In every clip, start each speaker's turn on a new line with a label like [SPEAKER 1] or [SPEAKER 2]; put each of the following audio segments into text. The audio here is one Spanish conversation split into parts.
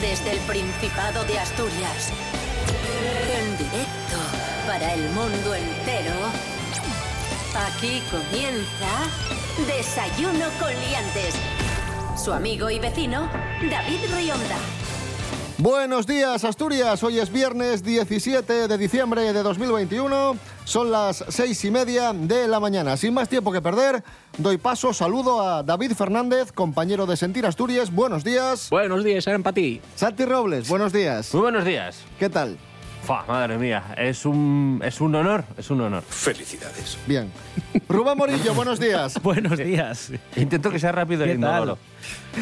[SPEAKER 1] Desde el Principado de Asturias. En directo para el mundo entero. Aquí comienza Desayuno con Liantes. Su amigo y vecino, David Rionda.
[SPEAKER 2] Buenos días Asturias, hoy es viernes 17 de diciembre de 2021, son las seis y media de la mañana. Sin más tiempo que perder, doy paso, saludo a David Fernández, compañero de Sentir Asturias, buenos días.
[SPEAKER 3] Buenos días, eran para ti.
[SPEAKER 2] Santi Robles, buenos días.
[SPEAKER 4] Muy buenos días.
[SPEAKER 2] ¿Qué tal?
[SPEAKER 4] Fua, Ah, madre mía, es un, es un honor, es un honor.
[SPEAKER 5] Felicidades.
[SPEAKER 2] Bien. Rubén Morillo, buenos días.
[SPEAKER 3] Buenos días.
[SPEAKER 4] Intento que sea rápido y
[SPEAKER 3] ¿Qué tal?
[SPEAKER 4] indoloro.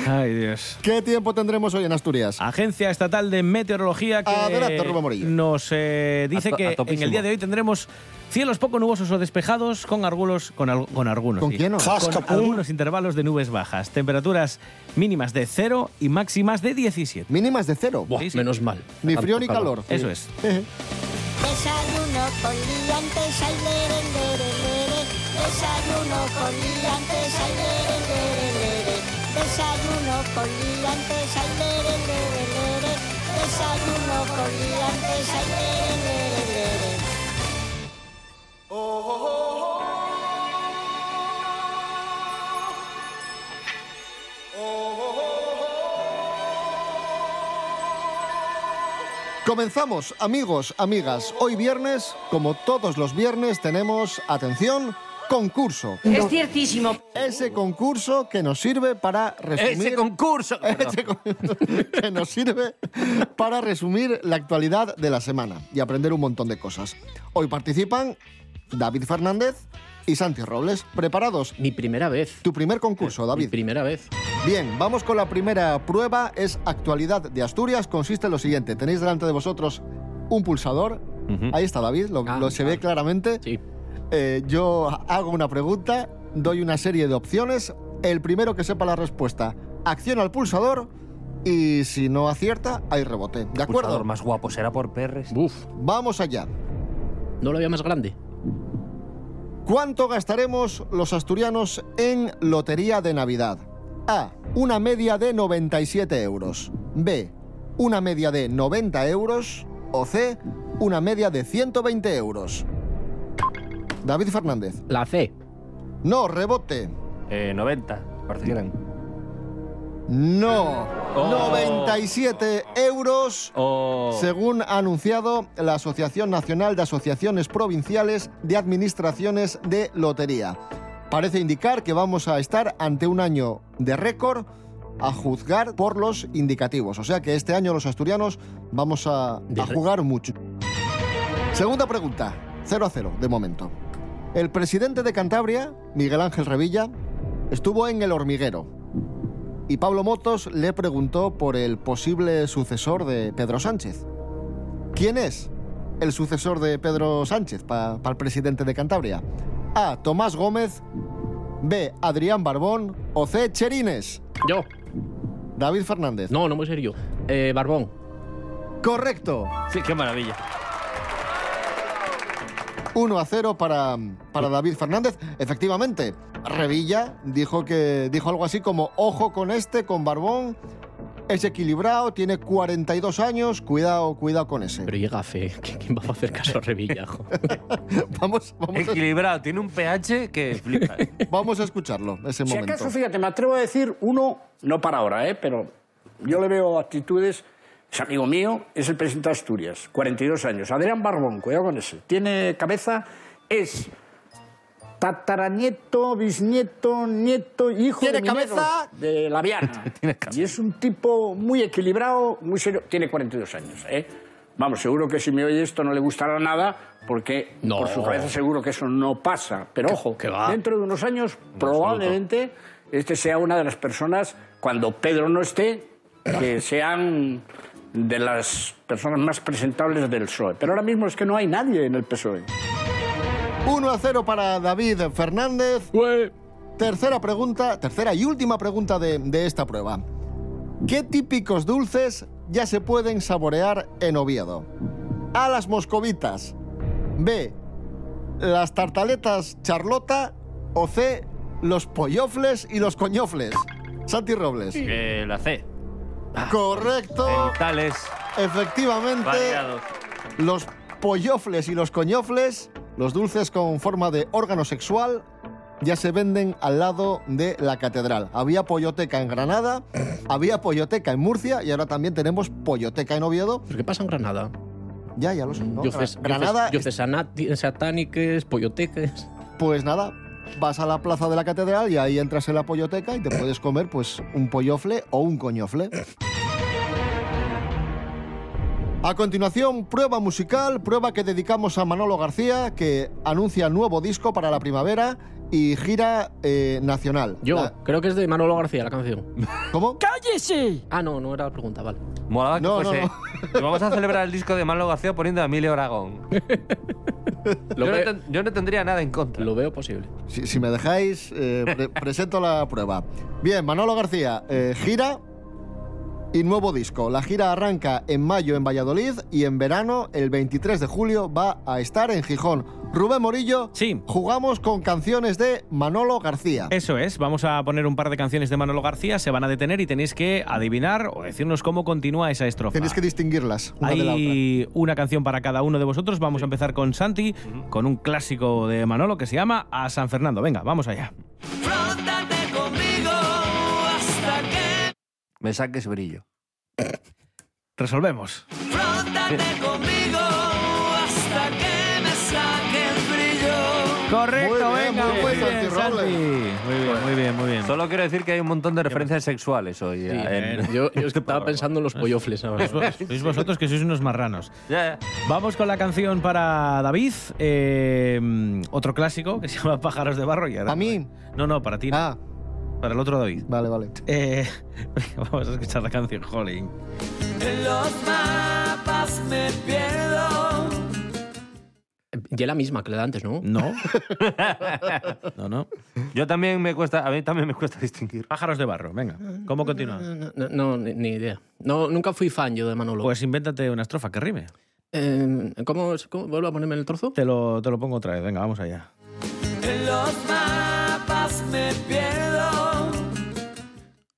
[SPEAKER 3] Ay, Dios.
[SPEAKER 2] ¿Qué tiempo tendremos hoy en Asturias?
[SPEAKER 6] Ah,
[SPEAKER 3] Agencia Estatal de Meteorología que
[SPEAKER 2] Adelante, Rubén Morillo.
[SPEAKER 3] nos eh, dice
[SPEAKER 4] A to- a
[SPEAKER 3] que en
[SPEAKER 4] topísimo.
[SPEAKER 3] el día de hoy tendremos cielos poco nubosos o despejados con algunos con, al- con algunos
[SPEAKER 2] ¿Con
[SPEAKER 3] sí.
[SPEAKER 2] quién no?
[SPEAKER 5] Zas,
[SPEAKER 3] Con
[SPEAKER 5] capul.
[SPEAKER 3] algunos intervalos de nubes bajas, temperaturas mínimas de 0 y máximas de 17.
[SPEAKER 2] Mínimas de cero.
[SPEAKER 3] Sí, sí.
[SPEAKER 7] Menos mal.
[SPEAKER 2] Ni
[SPEAKER 7] Tanto
[SPEAKER 2] frío ni calor.
[SPEAKER 3] Eso es.
[SPEAKER 8] Desayuno con liantes, ay, lere, lere, lere. Desayuno con liantes, ay, lere, lere, lere. Desayuno con liantes, ay, lere, lere, lere. Desayuno con liantes, ay, lere, lere, lere.
[SPEAKER 2] Comenzamos, amigos, amigas. Hoy viernes, como todos los viernes, tenemos, atención, concurso.
[SPEAKER 1] Es ciertísimo.
[SPEAKER 2] Ese concurso que nos sirve para resumir...
[SPEAKER 4] ¡Ese concurso!
[SPEAKER 2] Ese concurso que nos sirve para resumir la actualidad de la semana y aprender un montón de cosas. Hoy participan David Fernández y Santi Robles. ¿Preparados?
[SPEAKER 7] Mi primera vez.
[SPEAKER 2] Tu primer concurso,
[SPEAKER 7] Mi
[SPEAKER 2] David.
[SPEAKER 7] primera vez.
[SPEAKER 2] Bien, vamos con la primera prueba. Es actualidad de Asturias. Consiste en lo siguiente. Tenéis delante de vosotros un pulsador. Ahí está David, lo,
[SPEAKER 7] Ah,
[SPEAKER 2] lo se
[SPEAKER 7] vale.
[SPEAKER 2] ve claramente.
[SPEAKER 7] Sí.
[SPEAKER 2] Eh, yo hago una pregunta, doy una serie de opciones. El primero que sepa la respuesta acciona el pulsador y si no acierta, hay rebote. ¿De acuerdo?
[SPEAKER 4] Pulsador más guapo será por perres.
[SPEAKER 7] Buf.
[SPEAKER 2] Vamos allá.
[SPEAKER 7] No lo había más grande.
[SPEAKER 2] ¿Cuánto gastaremos los asturianos en lotería de Navidad? A. Una media de 97 euros. B. Una media de 90 euros. O C. Una media de 120 euros. David Fernández.
[SPEAKER 7] La C.
[SPEAKER 2] No, rebote.
[SPEAKER 4] Eh, 90, parece que eran.
[SPEAKER 2] No.
[SPEAKER 4] Oh.
[SPEAKER 2] 97 euros.
[SPEAKER 4] O...
[SPEAKER 2] Según ha anunciado la Asociación Nacional de Asociaciones Provinciales de Administraciones de Lotería. Parece indicar que vamos a estar ante un año de récord a juzgar por los indicativos. O sea que este año los asturianos vamos a,
[SPEAKER 7] De
[SPEAKER 2] a
[SPEAKER 7] re-
[SPEAKER 2] jugar mucho. Segunda pregunta. 0 a 0 de momento. El presidente de Cantabria, Miguel Ángel Revilla, estuvo en El Hormiguero. Y Pablo Motos le preguntó por el posible sucesor de Pedro Sánchez. ¿Quién es el sucesor de Pedro Sánchez para el presidente de Cantabria? A. Tomás Gómez. B. Adrián Barbón. O C. Cherines.
[SPEAKER 7] Yo.
[SPEAKER 2] David Fernández.
[SPEAKER 7] No, no voy a ser yo. Eh, Barbón.
[SPEAKER 2] Correcto.
[SPEAKER 4] Sí, qué maravilla.
[SPEAKER 2] 1 a 0 para, para David Fernández. Efectivamente, Revilla dijo, que, dijo algo así como, ojo con este, con Barbón, es equilibrado, tiene 42 años, cuidado, cuidado con ese.
[SPEAKER 7] Pero llega a fe. ¿Quién va a hacer caso a Revilla? jo?
[SPEAKER 2] Vamos, vamos, a,
[SPEAKER 4] Equilibrado, tiene un pH que flipa.
[SPEAKER 2] vamos a escucharlo, ese
[SPEAKER 9] Si
[SPEAKER 2] momento.
[SPEAKER 9] acaso, fíjate, me atrevo a decir uno, no para ahora, ¿eh? pero yo le veo actitudes. Es amigo mío, es el presidente de Asturias, 42 años. Adrián Barbón, cuidado con ese. Tiene cabeza, es tataranieto, bisnieto, nieto, hijo
[SPEAKER 2] Tiene
[SPEAKER 9] de mineros
[SPEAKER 2] cabeza.
[SPEAKER 9] de la Viana. y es un tipo muy equilibrado, muy serio. Tiene 42 años, ¿eh? Vamos, seguro que si me oye esto no le gustará nada, porque
[SPEAKER 7] No.
[SPEAKER 9] por su cabeza seguro que eso no pasa. Pero ojo,
[SPEAKER 7] que va.
[SPEAKER 9] dentro de unos años probablemente este sea una de las personas, cuando Pedro no esté, que sean de las personas más presentables del PSOE. E. Pero ahora mismo es que no hay nadie en el PSOE.
[SPEAKER 2] 1 a 0 para David Fernández.
[SPEAKER 7] Ué.
[SPEAKER 2] Tercera pregunta, tercera y última pregunta de, de esta prueba. ¿Qué típicos dulces ya se pueden saborear en Oviedo? A las moscovitas. B. Las tartaletas charlota. O C. Los pollofles y los coñofles. Santi Robles.
[SPEAKER 4] Eh, la C.
[SPEAKER 2] Correcto.
[SPEAKER 4] Mentales
[SPEAKER 2] Efectivamente,
[SPEAKER 4] variados.
[SPEAKER 2] los pollofles y los coñofles, los dulces con forma de órgano sexual, ya se venden al lado de la catedral. Había polloteca en Granada, había polloteca en Murcia y ahora también tenemos polloteca en Oviedo.
[SPEAKER 7] ¿Pero qué pasa en Granada?
[SPEAKER 2] Ya, ya lo sé. ¿no?
[SPEAKER 7] Dioses-
[SPEAKER 2] Granada,
[SPEAKER 7] dioses- dioses sanati- satániques, polloteques.
[SPEAKER 2] pues nada, vas a la plaza de la catedral y ahí entras en la polloteca y te puedes comer pues un pollofle o un coñofle. A continuación, prueba musical, prueba que dedicamos a Manolo García, que anuncia nuevo disco para la primavera y gira eh, nacional.
[SPEAKER 7] Yo
[SPEAKER 2] La-
[SPEAKER 7] creo que es de Manolo García la canción.
[SPEAKER 2] ¿Cómo?
[SPEAKER 7] Ah, no, no era la pregunta, vale.
[SPEAKER 4] Molaba que
[SPEAKER 2] No, no,
[SPEAKER 4] fuese. Y Vamos a celebrar el disco de Manolo García poniendo a Emilio Aragón.
[SPEAKER 7] Lo,
[SPEAKER 4] yo,
[SPEAKER 7] ve-
[SPEAKER 4] no ten- yo no tendría nada en contra.
[SPEAKER 7] lo veo posible.
[SPEAKER 2] Si, si me dejáis, eh, pre- presento la prueba. Bien, Manolo García, eh, gira y nuevo disco. La gira arranca en mayo en Valladolid y en verano, el 23 de julio, va a estar en Gijón. Rubén Morillo,
[SPEAKER 3] Sí.
[SPEAKER 2] jugamos con canciones de Manolo García.
[SPEAKER 3] Eso es, vamos a poner un par de canciones de Manolo García, se van a detener y tenéis que adivinar o decirnos cómo continúa esa estrofa.
[SPEAKER 2] Tenéis que distinguirlas una de la otra.
[SPEAKER 3] Hay una canción para cada uno de vosotros. Vamos a empezar con Santi, con un clásico de Manolo que se llama A San Fernando. Venga, vamos allá.
[SPEAKER 4] Me saques brillo.
[SPEAKER 3] Resolvemos. Correcto,
[SPEAKER 2] Muy bien,
[SPEAKER 3] venga,
[SPEAKER 2] muy
[SPEAKER 3] muy
[SPEAKER 2] bien,
[SPEAKER 3] bien,
[SPEAKER 2] Santi
[SPEAKER 3] Santi. Muy bien, muy bien, muy bien.
[SPEAKER 4] Solo quiero decir que hay un montón de referencias sexuales hoy.
[SPEAKER 7] Sí, eh.
[SPEAKER 4] ya, en-
[SPEAKER 7] yo, yo es que estaba pensando en los pollofles. ahora.
[SPEAKER 3] Sois vosotros que sois unos marranos.
[SPEAKER 4] Ya, ya.
[SPEAKER 3] Vamos con la canción para David, eh, otro clásico que se llama Pájaros de Barro. y ahora-
[SPEAKER 2] ¿A mí?
[SPEAKER 3] No, no, para ti, no,
[SPEAKER 2] Ah,
[SPEAKER 3] para el otro David.
[SPEAKER 2] vale, vale.
[SPEAKER 3] Eh, vamos a escuchar la canción, jolín.
[SPEAKER 7] Y es la misma que la de antes, ¿no?
[SPEAKER 3] No. No, no.
[SPEAKER 4] Yo también me cuesta, a mí también me cuesta distinguir.
[SPEAKER 3] Pájaros de barro, venga. ¿Cómo continúa?
[SPEAKER 7] No, no, no, ni ni idea. No, nunca fui fan yo de Manolo.
[SPEAKER 3] Pues invéntate una estrofa que rime.
[SPEAKER 7] Eh, ¿cómo, es- cómo- ¿Vuelvo a ponerme en el trozo?
[SPEAKER 3] Te lo, te lo pongo otra vez, venga, vamos allá.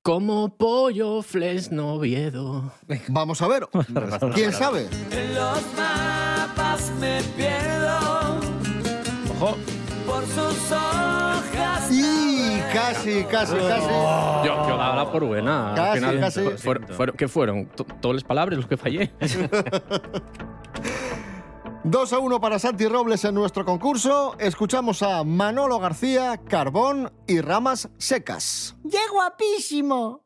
[SPEAKER 7] Como pollo fles noviedo.
[SPEAKER 2] Vamos a ver. ¿Quién sabe?
[SPEAKER 3] Ojo,
[SPEAKER 2] Y casi, casi, casi.
[SPEAKER 7] Yo, yo la daba por buena.
[SPEAKER 2] Casi, casi.
[SPEAKER 7] fu- fueron- fueron- ¿Qué fueron? To- ¿Todas las palabras los que fallé?
[SPEAKER 2] 2 a 1 para Santi Robles en nuestro concurso. Escuchamos a Manolo García, Carbón y Ramas Secas.
[SPEAKER 8] ¡Qué guapísimo!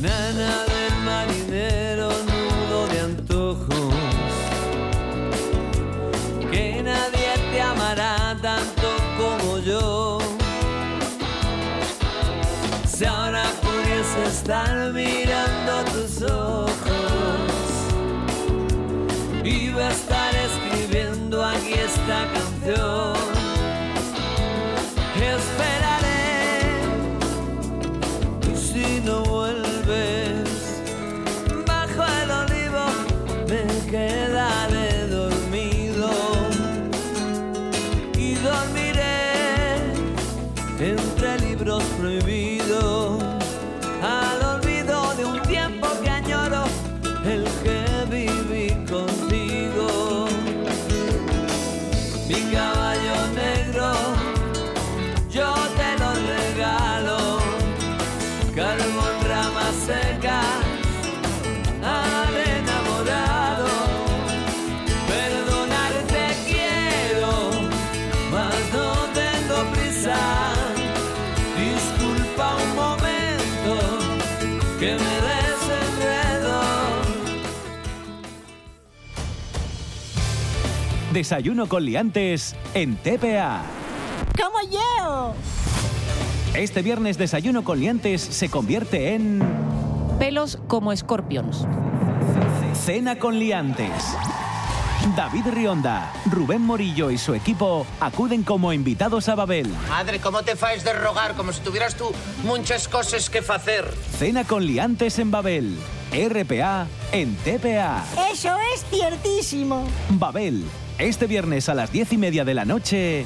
[SPEAKER 5] Nana del marinero, nudo estar mirando tus ojos. Iba a estar escribiendo aquí esta canción. Esperaré. Y si no vuelves, bajo el olivo me quedaré dormido. Y dormiré entre libros prohibidos, al olvido de un tiempo que añoro, el que viví contigo. Mi caballo negro, yo te lo regalo, carbón ramas secas, al enamorado, perdonarte quiero, mas no tengo prisa. Disculpa un momento que me desenredo.
[SPEAKER 3] Desayuno con liantes en TPA.
[SPEAKER 8] ¡Como yo!
[SPEAKER 3] Este viernes Desayuno con liantes se convierte en
[SPEAKER 10] Pelos como escorpions.
[SPEAKER 3] Cena con liantes. David Rionda, Rubén Morillo y su equipo acuden como invitados a Babel.
[SPEAKER 11] Madre, ¿cómo te faes de rogar? Como si tuvieras tú muchas cosas que hacer.
[SPEAKER 3] Cena con liantes en Babel. RPA en TPA.
[SPEAKER 8] Eso es ciertísimo.
[SPEAKER 3] Babel, este viernes a las diez y media de la noche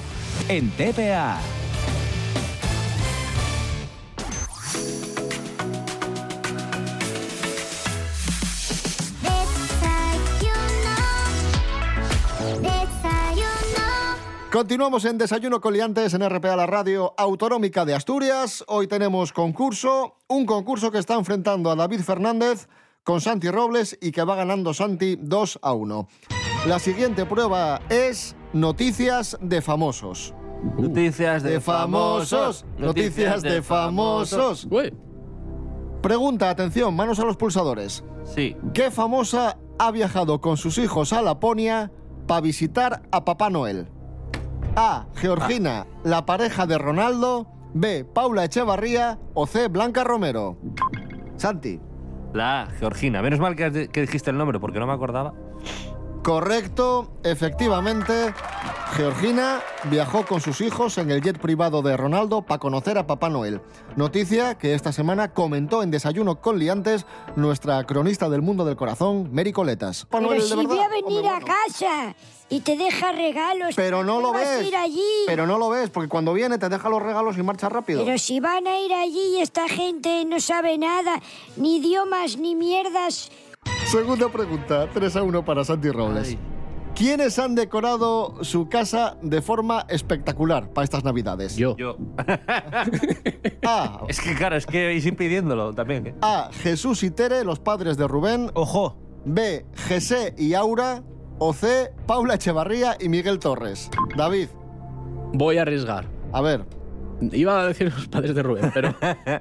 [SPEAKER 3] en TPA.
[SPEAKER 8] Desayuno. Desayuno.
[SPEAKER 2] Continuamos en Desayuno con Liantes en RPA, la radio autonómica de Asturias. Hoy tenemos concurso, un concurso que está enfrentando a David Fernández con Santi Robles y que va ganando Santi 2 a 1. La siguiente prueba es noticias de famosos.
[SPEAKER 4] Noticias de, famosos.
[SPEAKER 2] Noticias de famosos.
[SPEAKER 7] Uy,
[SPEAKER 2] Pregunta, atención, manos a los pulsadores.
[SPEAKER 4] Sí.
[SPEAKER 2] ¿Qué famosa ha viajado con sus hijos a Laponia para visitar a Papá Noel? A. Georgina, la pareja de Ronaldo. B. Paula Echevarría. O C. Blanca Romero. Santi.
[SPEAKER 4] La A, Georgina. Menos mal que, has de- que dijiste el nombre porque no me acordaba.
[SPEAKER 2] Correcto, efectivamente. Georgina viajó con sus hijos en el jet privado de Ronaldo para conocer a Papá Noel. Noticia que esta semana comentó en Desayuno con Liantes nuestra cronista del mundo del corazón, Mary Coletas. Papá
[SPEAKER 8] Pero
[SPEAKER 2] Noel, de
[SPEAKER 8] si
[SPEAKER 2] verdad,
[SPEAKER 8] voy a
[SPEAKER 2] hombre,
[SPEAKER 8] venir a
[SPEAKER 2] bueno.
[SPEAKER 8] casa y te deja regalos.
[SPEAKER 2] Pero
[SPEAKER 8] ¿por
[SPEAKER 2] no
[SPEAKER 8] qué
[SPEAKER 2] lo
[SPEAKER 8] vas a
[SPEAKER 2] ves.
[SPEAKER 8] ir allí?
[SPEAKER 2] Pero no lo ves, porque cuando viene te deja los regalos y marcha rápido.
[SPEAKER 8] Pero si van a ir allí y esta gente no sabe nada, ni idiomas, ni mierdas.
[SPEAKER 2] Segunda pregunta, 3 a 1 para Santi Robles.
[SPEAKER 4] Ay.
[SPEAKER 2] ¿Quiénes han decorado su casa de forma espectacular para estas Navidades?
[SPEAKER 7] yo.
[SPEAKER 4] Yo.
[SPEAKER 2] A.
[SPEAKER 4] Es que claro, es que ir pidiéndolo también. ¿eh?
[SPEAKER 2] A. Jesús y Tere, los padres de Rubén.
[SPEAKER 3] Ojo,
[SPEAKER 2] B. José y Aura. O C. Paula Echevarría y Miguel Torres. David,
[SPEAKER 7] Voy a arriesgar.
[SPEAKER 2] a ver.
[SPEAKER 7] Iba a decir los padres de Rubén, pero.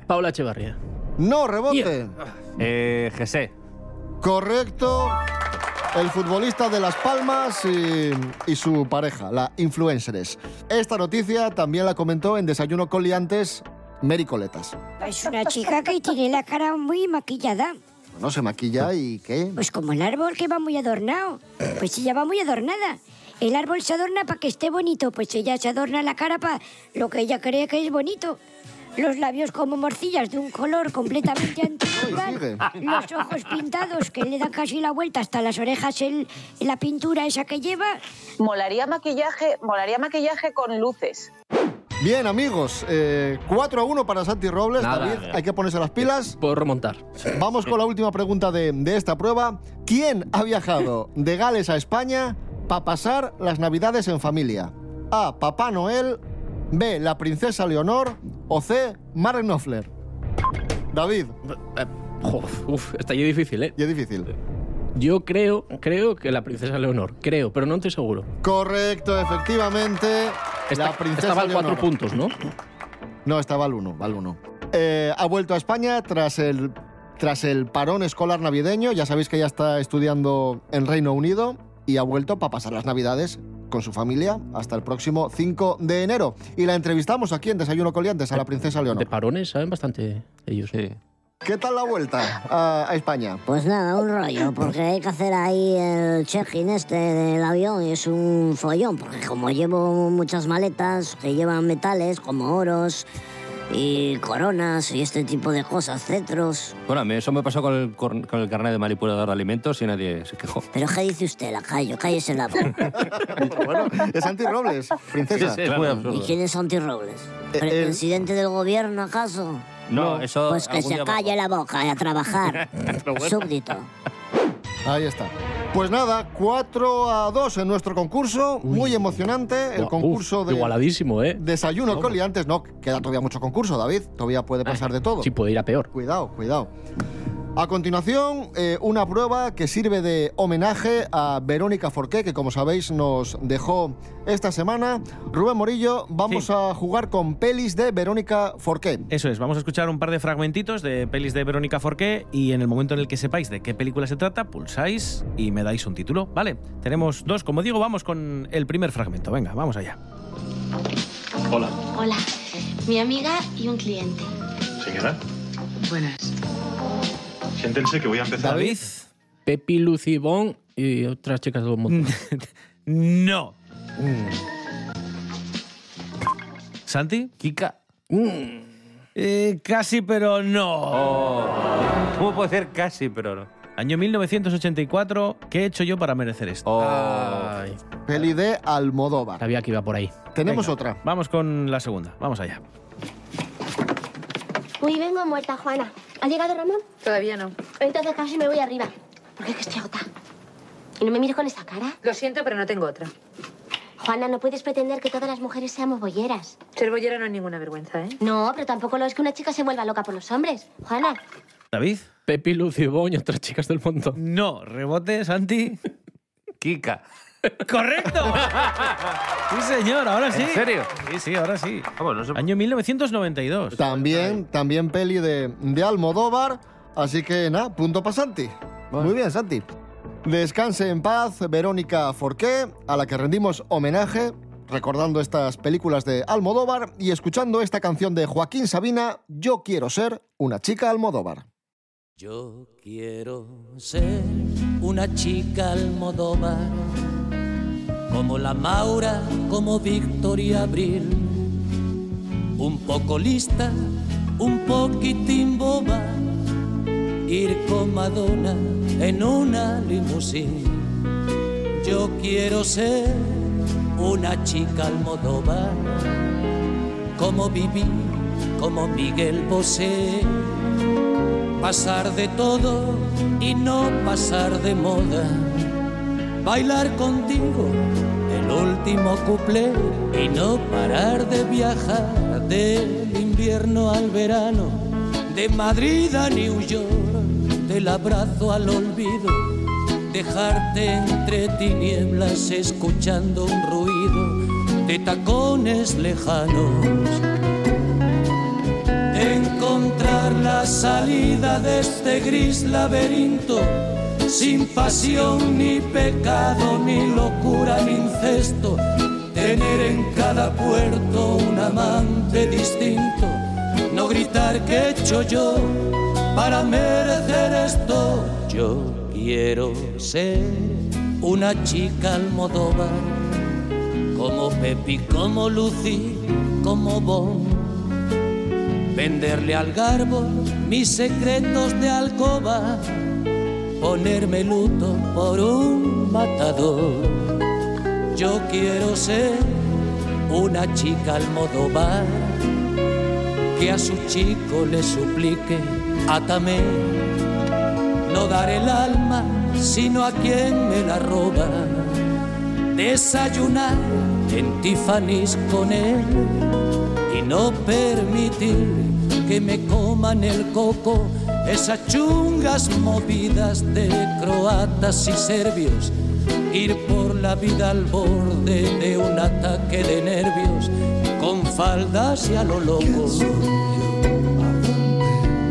[SPEAKER 7] Paula Echevarría.
[SPEAKER 2] No, rebote.
[SPEAKER 4] Eh, José.
[SPEAKER 2] Correcto. El futbolista de Las Palmas y, y su pareja, la influenceres. Esta noticia también la comentó en Desayuno con Liantes Mary Coletas.
[SPEAKER 8] Es una chica que tiene la cara muy maquillada.
[SPEAKER 2] No se maquilla y qué.
[SPEAKER 8] Pues como el árbol que va muy adornado. Pues ella va muy adornada. El árbol se adorna para que esté bonito. Pues ella se adorna la cara para lo que ella cree que es bonito. Los labios como morcillas de un color completamente antinatural. Los ojos pintados que le dan casi la vuelta hasta las orejas el- la pintura esa que lleva.
[SPEAKER 5] Molaría maquillaje, molaría maquillaje con luces.
[SPEAKER 2] Bien, amigos, eh, 4 a 1 para Santi Robles.
[SPEAKER 7] Nada,
[SPEAKER 2] David,
[SPEAKER 7] nada.
[SPEAKER 2] hay que ponerse las pilas.
[SPEAKER 7] Puedo remontar.
[SPEAKER 2] Vamos con la última pregunta de, de esta prueba. ¿Quién ha viajado de Gales a España para pasar las Navidades en familia? A. Papá Noel. B. La princesa Leonor. O C. Mark Knopfler. David,
[SPEAKER 7] Eh, jo, Uf, está allí difícil, ¿eh?
[SPEAKER 2] y es difícil.
[SPEAKER 7] Yo creo, creo que la princesa Leonor. Creo, pero no estoy seguro.
[SPEAKER 2] Correcto, efectivamente.
[SPEAKER 7] Esta-
[SPEAKER 2] la princesa
[SPEAKER 7] estaba a
[SPEAKER 2] Leonor.
[SPEAKER 7] cuatro puntos, ¿no?
[SPEAKER 2] No, estaba al 1, al 1. ha vuelto a España tras el, tras el parón escolar navideño. Ya sabéis que ya está estudiando en Reino Unido y ha vuelto para pasar las Navidades con su familia hasta el próximo 5 de enero. Y la entrevistamos aquí en Desayuno Coliantes a la princesa
[SPEAKER 7] De
[SPEAKER 2] Leonor.
[SPEAKER 7] parones saben bastante ellos.
[SPEAKER 4] Sí.
[SPEAKER 2] ¿Qué tal la vuelta a, a España?
[SPEAKER 12] Pues nada, un rollo, porque hay que hacer ahí el check-in este del avión y es un follón, porque como llevo muchas maletas que llevan metales como oros y coronas y este tipo de cosas, cetros.
[SPEAKER 13] Bueno, a mí eso me pasó con el, cor- con el carnet de manipulador de alimentos y nadie se quejó.
[SPEAKER 12] Pero ¿qué dice usted, lacayo? Cállese la boca.
[SPEAKER 2] bueno, es Santi Robles,
[SPEAKER 13] Sí,
[SPEAKER 2] princesa.
[SPEAKER 13] sí, es muy absurdo.
[SPEAKER 12] ¿Y quién es Santi Robles?
[SPEAKER 13] Eh,
[SPEAKER 12] ¿Pre- ¿Presidente del gobierno, acaso?
[SPEAKER 13] No, eso
[SPEAKER 12] Pues que
[SPEAKER 13] Oh, algún
[SPEAKER 12] se
[SPEAKER 13] día
[SPEAKER 12] calle la boca y a trabajar. Súbdito.
[SPEAKER 2] Ahí está. Pues nada, 4 a 2 en nuestro concurso. Muy emocionante. El
[SPEAKER 7] Uf,
[SPEAKER 2] concurso de
[SPEAKER 7] Igualadísimo, ¿eh?
[SPEAKER 2] desayuno con liantes. No, queda todavía mucho concurso, David. Todavía puede pasar de todo.
[SPEAKER 7] Sí, puede ir a peor.
[SPEAKER 2] Cuidado, cuidado. A continuación, eh, una prueba que sirve de homenaje a Verónica Forqué, que como sabéis nos dejó esta semana. Rubén Morillo, vamos a jugar con pelis de Verónica Forqué.
[SPEAKER 6] Eso es, vamos a escuchar un par de fragmentitos de pelis de Verónica Forqué y en el momento en el que sepáis de qué película se trata, pulsáis y me dais un título. Vale, tenemos dos, como digo, vamos con el primer fragmento. Venga, vamos allá.
[SPEAKER 14] Hola,
[SPEAKER 15] Hola, mi amiga y un cliente.
[SPEAKER 14] señora.
[SPEAKER 15] Buenas.
[SPEAKER 14] Siéntense que voy a empezar.
[SPEAKER 7] David, Pepi, Lucy, Bon y otras chicas de un
[SPEAKER 2] Mm.
[SPEAKER 7] montón.
[SPEAKER 6] no. ¿Santi? Mm. Kika. casi, pero no.
[SPEAKER 13] ¿Cómo puede ser casi, pero no?
[SPEAKER 6] Año 1984, ¿qué he hecho yo para merecer esto? Ay.
[SPEAKER 2] Peli de Almodóvar.
[SPEAKER 7] Sabía que iba por ahí.
[SPEAKER 2] Tenemos otra.
[SPEAKER 6] Vamos con la segunda, vamos allá.
[SPEAKER 16] Uy, vengo muerta, Juana. ¿Ha llegado Ramón? Todavía no. Entonces casi me voy arriba. Porque es que estoy agotada. ¿Y no me mires con esa cara? Lo siento, pero no tengo otra. Juana, no puedes pretender que todas las mujeres seamos bolleras. Ser bollera no es ninguna vergüenza, ¿eh? No, pero tampoco lo es que una chica se vuelva loca por los hombres. Juana,
[SPEAKER 6] ¿David?
[SPEAKER 7] Pepi, Lucy, Bon y otras chicas del montón.
[SPEAKER 6] No, rebote, Santi.
[SPEAKER 13] Kika.
[SPEAKER 6] ¡Correcto! sí, señor, ahora sí.
[SPEAKER 13] ¿En serio?
[SPEAKER 6] Sí, sí, ahora sí. Año 1992.
[SPEAKER 2] También, también peli de, de Almodóvar. Así que nada, punto para Santi. Muy bien, Santi. Descanse en paz, Verónica Forqué, a la que rendimos homenaje, recordando estas películas de Almodóvar y escuchando esta canción de Joaquín Sabina, Yo quiero ser una chica Almodóvar.
[SPEAKER 17] Yo quiero ser una chica almodóvar, como la Maura, como Victoria Abril, un poco lista, un poquitín boba, ir con Madonna en una limusina. Yo quiero ser una chica almodóvar, como Vivi, como Miguel Bosé pasar de todo y no pasar de moda. Bailar contigo el último cuplé y no parar de viajar del invierno al verano, de Madrid a New York, del abrazo al olvido, dejarte entre tinieblas escuchando un ruido de tacones lejanos encontrar la salida de este gris laberinto, sin pasión ni pecado, ni locura, ni incesto, tener en cada puerto un amante distinto, no gritar que he hecho yo para merecer esto. Yo quiero ser una chica almodóvar, como Pepi, como Lucy, como Bon venderle al garbo mis secretos de alcoba, ponerme luto por un matador. Yo quiero ser una chica almodóvar que a su chico le suplique, átame, no dar el alma, sino a quien me la roba. Desayunar en Tiffany's con él y no permitir que me coman el coco esas chungas movidas de croatas y serbios, ir por la vida al borde de un ataque de nervios, con faldas y a lo loco.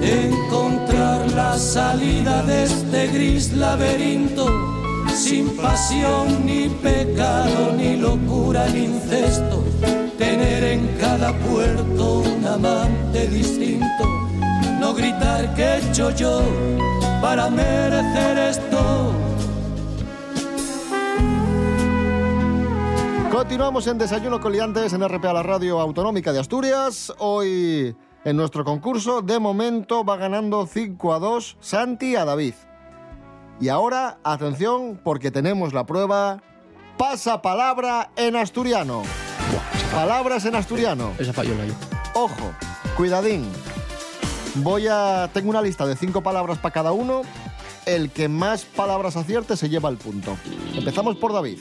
[SPEAKER 17] Encontrar la salida de este gris laberinto, sin pasión ni pecado, ni locura, ni incesto tener en cada puerto un amante distinto, no no gritar que he hecho yo para merecer esto.
[SPEAKER 2] Continuamos en Desayuno con Liantes en RPA, la radio autonómica de Asturias. Hoy en nuestro concurso, de momento va ganando 5 a 2 Santi a David. Y ahora, atención, porque tenemos la prueba Pasa palabra en asturiano. Palabras en asturiano.
[SPEAKER 7] Esa falló la yo.
[SPEAKER 2] Ojo, cuidadín. Voy a. Tengo una lista de cinco palabras para cada uno. El que más palabras acierte se lleva el punto. Empezamos por David.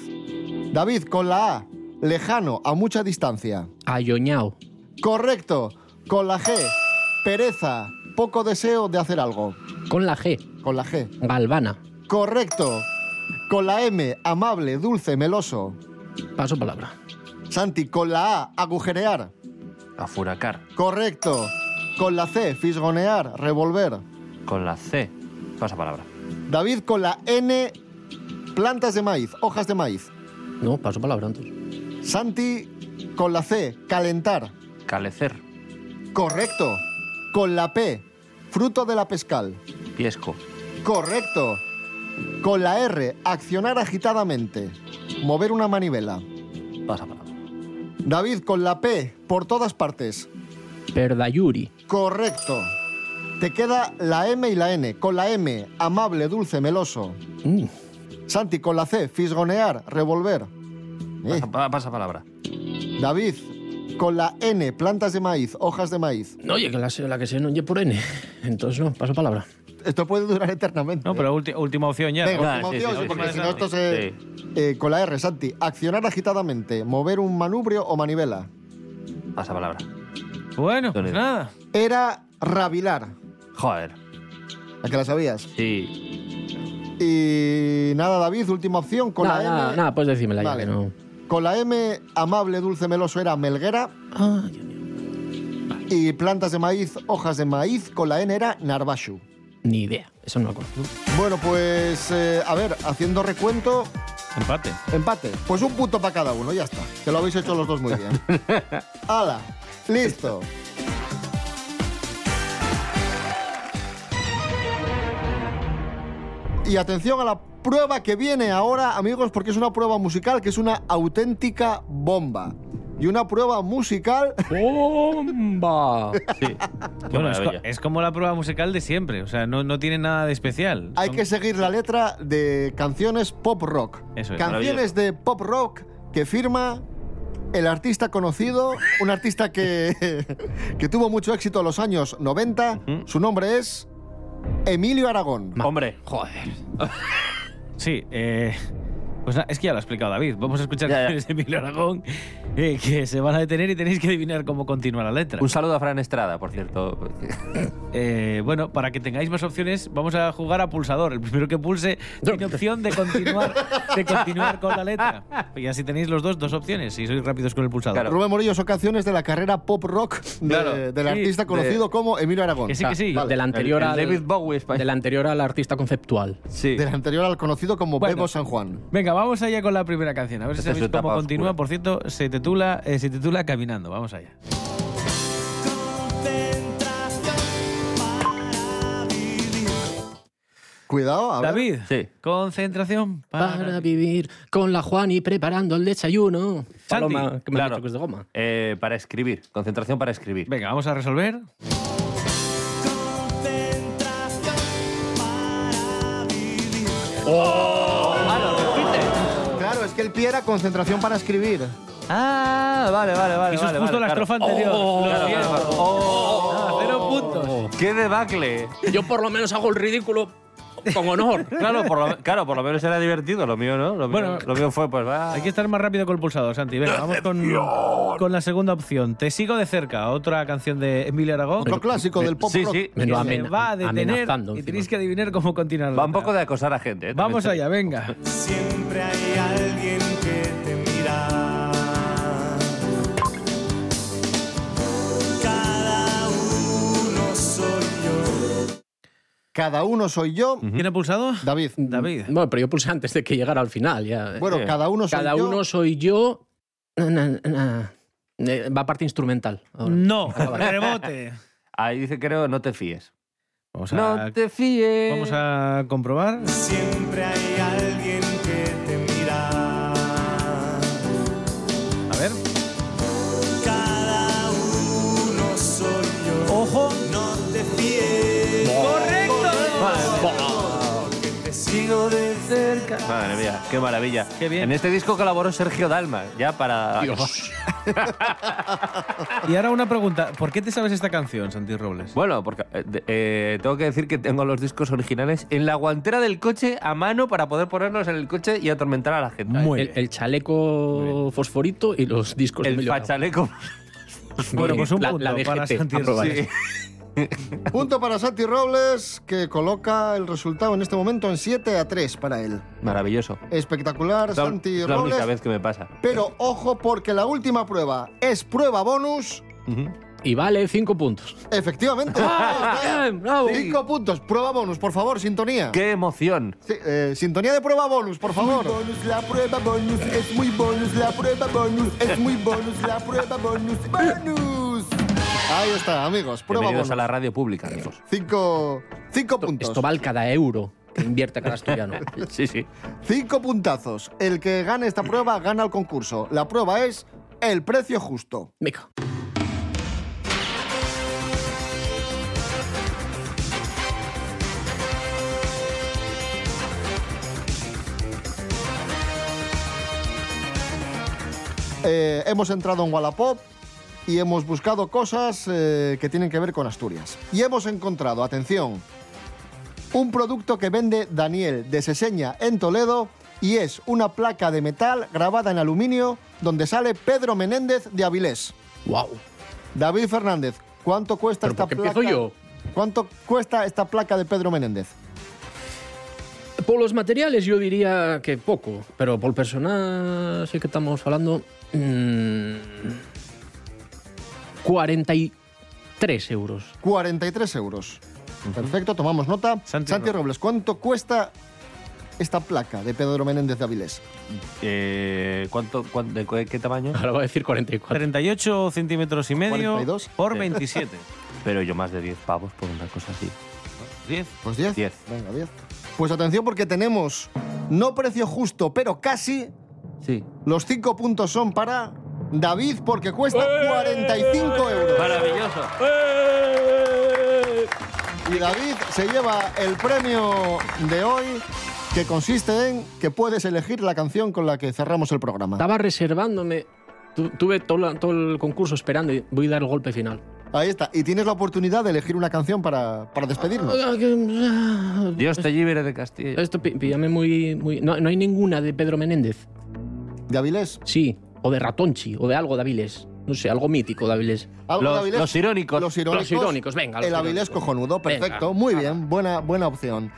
[SPEAKER 2] David, con la A. Lejano, a mucha distancia.
[SPEAKER 7] Ayoñao.
[SPEAKER 2] Correcto. Con la G. Pereza, poco deseo de hacer algo.
[SPEAKER 7] Con la G.
[SPEAKER 2] Con la G.
[SPEAKER 7] Galvana.
[SPEAKER 2] Correcto. Con la M. Amable, dulce, meloso.
[SPEAKER 7] Paso palabra.
[SPEAKER 2] Santi, con la A. Agujerear.
[SPEAKER 4] Afuracar.
[SPEAKER 2] Correcto. Con la C, fisgonear, revolver.
[SPEAKER 4] Con la C. Pasa palabra.
[SPEAKER 2] David con la N, plantas de maíz, hojas de maíz.
[SPEAKER 7] No, paso palabra antes.
[SPEAKER 2] Santi con la C, calentar.
[SPEAKER 4] Calecer.
[SPEAKER 2] Correcto. Con la P, fruto de la pescal.
[SPEAKER 4] Piesco.
[SPEAKER 2] Correcto. Con la R, accionar agitadamente. Mover una manivela.
[SPEAKER 4] Pasa palabra.
[SPEAKER 13] ¿Eh?
[SPEAKER 2] David con la P, por todas partes.
[SPEAKER 7] Perdayuri.
[SPEAKER 2] Correcto. Te queda la M y la N. Con la M, amable, dulce, meloso.
[SPEAKER 7] Mm,
[SPEAKER 2] Santi, con la C, fisgonear, revolver. Eh.
[SPEAKER 4] Pasa, pa- pasa palabra.
[SPEAKER 2] David, con la N, plantas de maíz, hojas de maíz.
[SPEAKER 7] no, Oye, que la, se- la que se no oye por N. Entonces no, paso palabra.
[SPEAKER 2] Esto puede durar eternamente.
[SPEAKER 6] No, pero ulti- última opción ya.
[SPEAKER 2] Eh. Venga,
[SPEAKER 6] ¿no?
[SPEAKER 2] última opción, porque si no esto se... Eh, con la R, Santi, accionar agitadamente, mover un manubrio o manivela.
[SPEAKER 4] Pasa palabra.
[SPEAKER 6] Bueno, pues
[SPEAKER 4] Sonido.
[SPEAKER 6] nada.
[SPEAKER 2] Era rabilar.
[SPEAKER 4] Joder.
[SPEAKER 2] ¿A que la sabías?
[SPEAKER 4] Sí.
[SPEAKER 2] Y nada, David, última opción con
[SPEAKER 7] nada,
[SPEAKER 2] la M.
[SPEAKER 7] nada, nada, pues decímela
[SPEAKER 2] Vale.
[SPEAKER 7] ya. que no.
[SPEAKER 2] Con la M, amable, dulce, meloso era melguera.
[SPEAKER 7] Ah,
[SPEAKER 2] Y plantas de maíz, hojas de maíz, con la N era narbashu.
[SPEAKER 7] Ni idea. Eso no lo conozco.
[SPEAKER 2] Bueno, pues eh, a ver, haciendo recuento,
[SPEAKER 6] Empate.
[SPEAKER 2] empate. Pues un punto para cada uno, ya está. Que lo habéis hecho los dos muy bien. ¡Hala! ¡Listo! Y atención a la prueba que viene ahora, amigos, porque es una prueba musical que es una auténtica bomba. Y una prueba musical.
[SPEAKER 7] ¡Bomba!
[SPEAKER 4] Sí.
[SPEAKER 6] Bueno, es, co-
[SPEAKER 4] maravilla.
[SPEAKER 6] es como la prueba musical de siempre. O sea, no, no tiene nada de especial.
[SPEAKER 2] Hay
[SPEAKER 6] Son-
[SPEAKER 2] que seguir la letra de canciones pop rock.
[SPEAKER 6] Eso es,
[SPEAKER 2] canciones de pop rock que firma el artista conocido, un artista que, que tuvo mucho éxito en los años 90. Su nombre es Emilio Aragón.
[SPEAKER 4] Hombre.
[SPEAKER 7] Joder.
[SPEAKER 6] Sí, eh, pues nada, es que ya lo ha explicado David. Vamos a escuchar canciones de Emilio Aragón eh, que se van a detener y tenéis que adivinar cómo continúa la letra.
[SPEAKER 4] Un saludo a Fran Estrada, por cierto.
[SPEAKER 6] Eh, bueno, para que tengáis más opciones, vamos a jugar a pulsador. El primero que pulse tiene opción de continuar, de continuar con la letra. Y así tenéis los dos, dos opciones, si sois rápidos con el pulsador.
[SPEAKER 2] Rubén Morillo son canciones de la carrera pop rock de-
[SPEAKER 6] Claro,
[SPEAKER 2] del
[SPEAKER 6] sí,
[SPEAKER 2] artista
[SPEAKER 6] de-
[SPEAKER 2] conocido como Emilio Aragón. Ah,
[SPEAKER 6] Que sí, que sí.
[SPEAKER 2] Vale.
[SPEAKER 7] De la anterior
[SPEAKER 4] El-
[SPEAKER 7] al,
[SPEAKER 4] el David Bowie español.
[SPEAKER 7] de la anterior al artista conceptual.
[SPEAKER 4] Sí.
[SPEAKER 2] Del anterior al conocido como
[SPEAKER 6] Bueno.
[SPEAKER 2] Bebo San Juan.
[SPEAKER 6] Venga, vamos allá con la primera canción. A ver si
[SPEAKER 4] Esta es su
[SPEAKER 6] sabéis cómo
[SPEAKER 4] etapa
[SPEAKER 6] continúa.
[SPEAKER 4] oscura.
[SPEAKER 6] Por cierto, se titula, eh, se titula Caminando. Vamos allá.
[SPEAKER 2] Cuidado, a ver.
[SPEAKER 6] David,
[SPEAKER 4] Sí.
[SPEAKER 6] concentración para...
[SPEAKER 7] Para vivir con la Juan y preparando el desayuno.
[SPEAKER 6] Santi,
[SPEAKER 7] Paloma, que me ha
[SPEAKER 4] claro.
[SPEAKER 7] dicho que es de goma.
[SPEAKER 4] Eh, para escribir. Concentración para escribir.
[SPEAKER 6] Venga, vamos a resolver.
[SPEAKER 2] Claro, es que el pie era concentración para escribir.
[SPEAKER 4] Ah, vale, vale, vale.
[SPEAKER 6] Eso es
[SPEAKER 4] vale,
[SPEAKER 6] justo
[SPEAKER 4] vale,
[SPEAKER 6] la
[SPEAKER 4] claro.
[SPEAKER 6] estrofa anterior. Lo
[SPEAKER 4] claro,
[SPEAKER 6] siento.
[SPEAKER 4] claro, claro. Oh,
[SPEAKER 6] Nada, cero puntos.
[SPEAKER 4] ¡Qué debacle!
[SPEAKER 7] Yo por lo menos hago el ridículo con honor.
[SPEAKER 4] Claro por, lo, claro, por lo menos era divertido. Lo mío, ¿no? Lo mío,
[SPEAKER 6] Bueno.
[SPEAKER 4] lo mío fue, pues va.
[SPEAKER 6] Hay que estar más rápido con el pulsador, Santi. Venga, vamos con, con la segunda opción. Te sigo de cerca. Otra canción de Emilio Aragón.
[SPEAKER 2] Otro clásico del pop
[SPEAKER 4] Sí,
[SPEAKER 2] rock.
[SPEAKER 4] sí.
[SPEAKER 6] que
[SPEAKER 7] Menudo
[SPEAKER 6] se
[SPEAKER 7] amena-
[SPEAKER 6] va a detener
[SPEAKER 7] amenazando
[SPEAKER 6] y
[SPEAKER 7] encima.
[SPEAKER 6] tenéis que adivinar cómo continuar. la
[SPEAKER 4] Va un
[SPEAKER 6] letra.
[SPEAKER 4] poco de acosar a gente. ¿eh?
[SPEAKER 6] Vamos allá, venga.
[SPEAKER 17] Siempre hay alguien que te mira. Cada uno soy yo.
[SPEAKER 2] Cada uno soy yo.
[SPEAKER 6] ¿Quién ha pulsado?
[SPEAKER 2] David.
[SPEAKER 6] David.
[SPEAKER 7] Bueno, pero yo pulsé antes de que llegara al final. Ya.
[SPEAKER 13] Eh,
[SPEAKER 2] Bueno,
[SPEAKER 4] Sí.
[SPEAKER 2] cada uno soy
[SPEAKER 7] Cada
[SPEAKER 2] yo.
[SPEAKER 7] uno soy yo. Na, na, na.
[SPEAKER 6] Mm.
[SPEAKER 7] Eh, Va a parte instrumental. ahora.
[SPEAKER 6] No, rebote.
[SPEAKER 4] Ahí dice, creo, no te fíes.
[SPEAKER 6] Vamos a,
[SPEAKER 4] No te fíes.
[SPEAKER 6] Vamos a comprobar.
[SPEAKER 18] Siempre hay alguien que te mira.
[SPEAKER 6] A ver.
[SPEAKER 18] Cada uno soy yo.
[SPEAKER 6] Ojo.
[SPEAKER 18] No te fíes.
[SPEAKER 6] Correcto.
[SPEAKER 18] Que te sigo de cerca.
[SPEAKER 4] Madre mía, qué maravilla. En este disco colaboró Sergio Dalma, ya para...
[SPEAKER 6] Y ahora una pregunta. ¿Por qué te sabes esta canción, Santi Robles?
[SPEAKER 13] Bueno, porque eh, de- eh, tengo que decir que tengo los discos originales en la guantera del coche a mano para poder ponerlos en el coche y atormentar a la gente.
[SPEAKER 7] el, el chaleco fosforito y los discos
[SPEAKER 13] El
[SPEAKER 7] de Emilio Aragón.
[SPEAKER 13] fachaleco.
[SPEAKER 7] Bueno, pues un La- punto la DGT, para Santi aprobada. Robles.
[SPEAKER 2] Punto para Santi Robles, que coloca el resultado en este momento en 7 a 3 para él.
[SPEAKER 13] Maravilloso.
[SPEAKER 2] Espectacular,
[SPEAKER 13] Es la-
[SPEAKER 2] Santi
[SPEAKER 13] es la única
[SPEAKER 2] Robles.
[SPEAKER 13] vez que me pasa.
[SPEAKER 2] Pero ojo, porque la última prueba es prueba bonus.
[SPEAKER 7] Y vale cinco puntos.
[SPEAKER 2] Efectivamente.
[SPEAKER 13] Ah,
[SPEAKER 2] Cinco puntos. Prueba bonus, por favor, sintonía.
[SPEAKER 13] ¡Qué emoción!
[SPEAKER 2] Sí, eh, sintonía de prueba bonus, por favor.
[SPEAKER 18] Bonus, la prueba bonus, es muy bonus, la prueba bonus, es muy bonus, la prueba bonus, bonus.
[SPEAKER 2] Ahí está, amigos. Prueba
[SPEAKER 13] Bienvenidos
[SPEAKER 2] bonus.
[SPEAKER 13] a la radio pública, amigos.
[SPEAKER 2] Cinco, cinco puntos.
[SPEAKER 7] Esto vale cada euro que invierte cada asturiano.
[SPEAKER 13] Sí, sí.
[SPEAKER 2] Cinco puntazos. El que gane esta prueba gana el concurso. La prueba es el precio justo.
[SPEAKER 7] Mica.
[SPEAKER 2] Eh, hemos entrado en Wallapop y hemos buscado cosas eh, que tienen que ver con Asturias. Y hemos encontrado, atención, un producto que vende Daniel de Seseña en Toledo y es una placa de metal grabada en aluminio donde sale Pedro Menéndez de Avilés.
[SPEAKER 7] ¡Wow!
[SPEAKER 2] David Fernández, ¿cuánto cuesta esta
[SPEAKER 7] por qué
[SPEAKER 2] placa?
[SPEAKER 7] empiezo yo?
[SPEAKER 2] ¿Cuánto cuesta esta placa de Pedro Menéndez?
[SPEAKER 7] Por los materiales yo diría que poco, pero por personal sí que estamos hablando... mm, 43 euros.
[SPEAKER 2] 43 euros. Perfecto, tomamos nota. Santi, Robles, ¿cuánto cuesta esta placa de Pedro Menéndez de Avilés?
[SPEAKER 13] Eh, ¿cuánto, cuán- de cu- qué tamaño?
[SPEAKER 7] Ahora va a decir 44.
[SPEAKER 6] 38 centímetros y medio
[SPEAKER 13] 42.
[SPEAKER 6] por
[SPEAKER 13] Sí.
[SPEAKER 6] 27.
[SPEAKER 13] Pero yo más de 10 pavos por una cosa así.
[SPEAKER 6] 10.
[SPEAKER 2] Pues 10.
[SPEAKER 13] 10.
[SPEAKER 2] Venga, 10. Pues atención porque tenemos, no precio justo, pero casi,
[SPEAKER 13] Sí.
[SPEAKER 2] los 5 puntos son para David porque cuesta 45 euros.
[SPEAKER 13] Maravilloso.
[SPEAKER 2] Y David se lleva el premio de hoy que consiste en que puedes elegir la canción con la que cerramos el programa.
[SPEAKER 7] Estaba reservándome. tu- Tuve todo, la- todo el concurso esperando y voy a dar el golpe final.
[SPEAKER 2] Ahí está. Y tienes la oportunidad de elegir una canción para, para despedirnos.
[SPEAKER 13] Dios te libre de Castillo.
[SPEAKER 7] Esto pi- píllame muy. muy no, no hay ninguna de Pedro Menéndez.
[SPEAKER 2] ¿De Avilés?
[SPEAKER 7] Sí, o de Ratonchi, o de algo de Avilés. No sé, algo mítico de Avilés.
[SPEAKER 2] Algo de Avilés.
[SPEAKER 13] irónicos.
[SPEAKER 2] Los irónicos.
[SPEAKER 7] Los irónicos, venga, los
[SPEAKER 2] el Avilés
[SPEAKER 7] irónicos.
[SPEAKER 2] cojonudo, perfecto.
[SPEAKER 7] Venga,
[SPEAKER 2] Muy bien, buena, buena opción.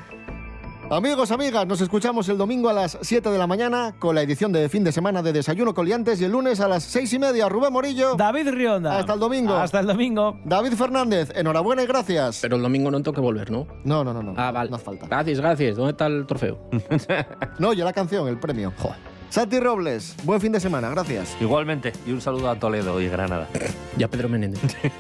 [SPEAKER 2] Amigos, amigas, nos escuchamos el domingo a las 7 de la mañana con la edición de fin de semana de Desayuno Coliantes y el lunes a las 6 y media. Rubén Morillo.
[SPEAKER 6] David Rionda.
[SPEAKER 2] Hasta el domingo.
[SPEAKER 6] Hasta el domingo.
[SPEAKER 2] David Fernández, enhorabuena y gracias.
[SPEAKER 7] Pero el domingo no tengo que volver, ¿no?
[SPEAKER 2] No, no, no, no.
[SPEAKER 7] Ah, vale.
[SPEAKER 2] No hace falta.
[SPEAKER 7] Gracias, gracias. ¿Dónde está el trofeo?
[SPEAKER 2] No, yo la canción, el premio. Santi Robles, buen fin de semana, gracias.
[SPEAKER 13] Igualmente. Y un saludo a Toledo y Granada.
[SPEAKER 7] Ya Pedro Menéndez.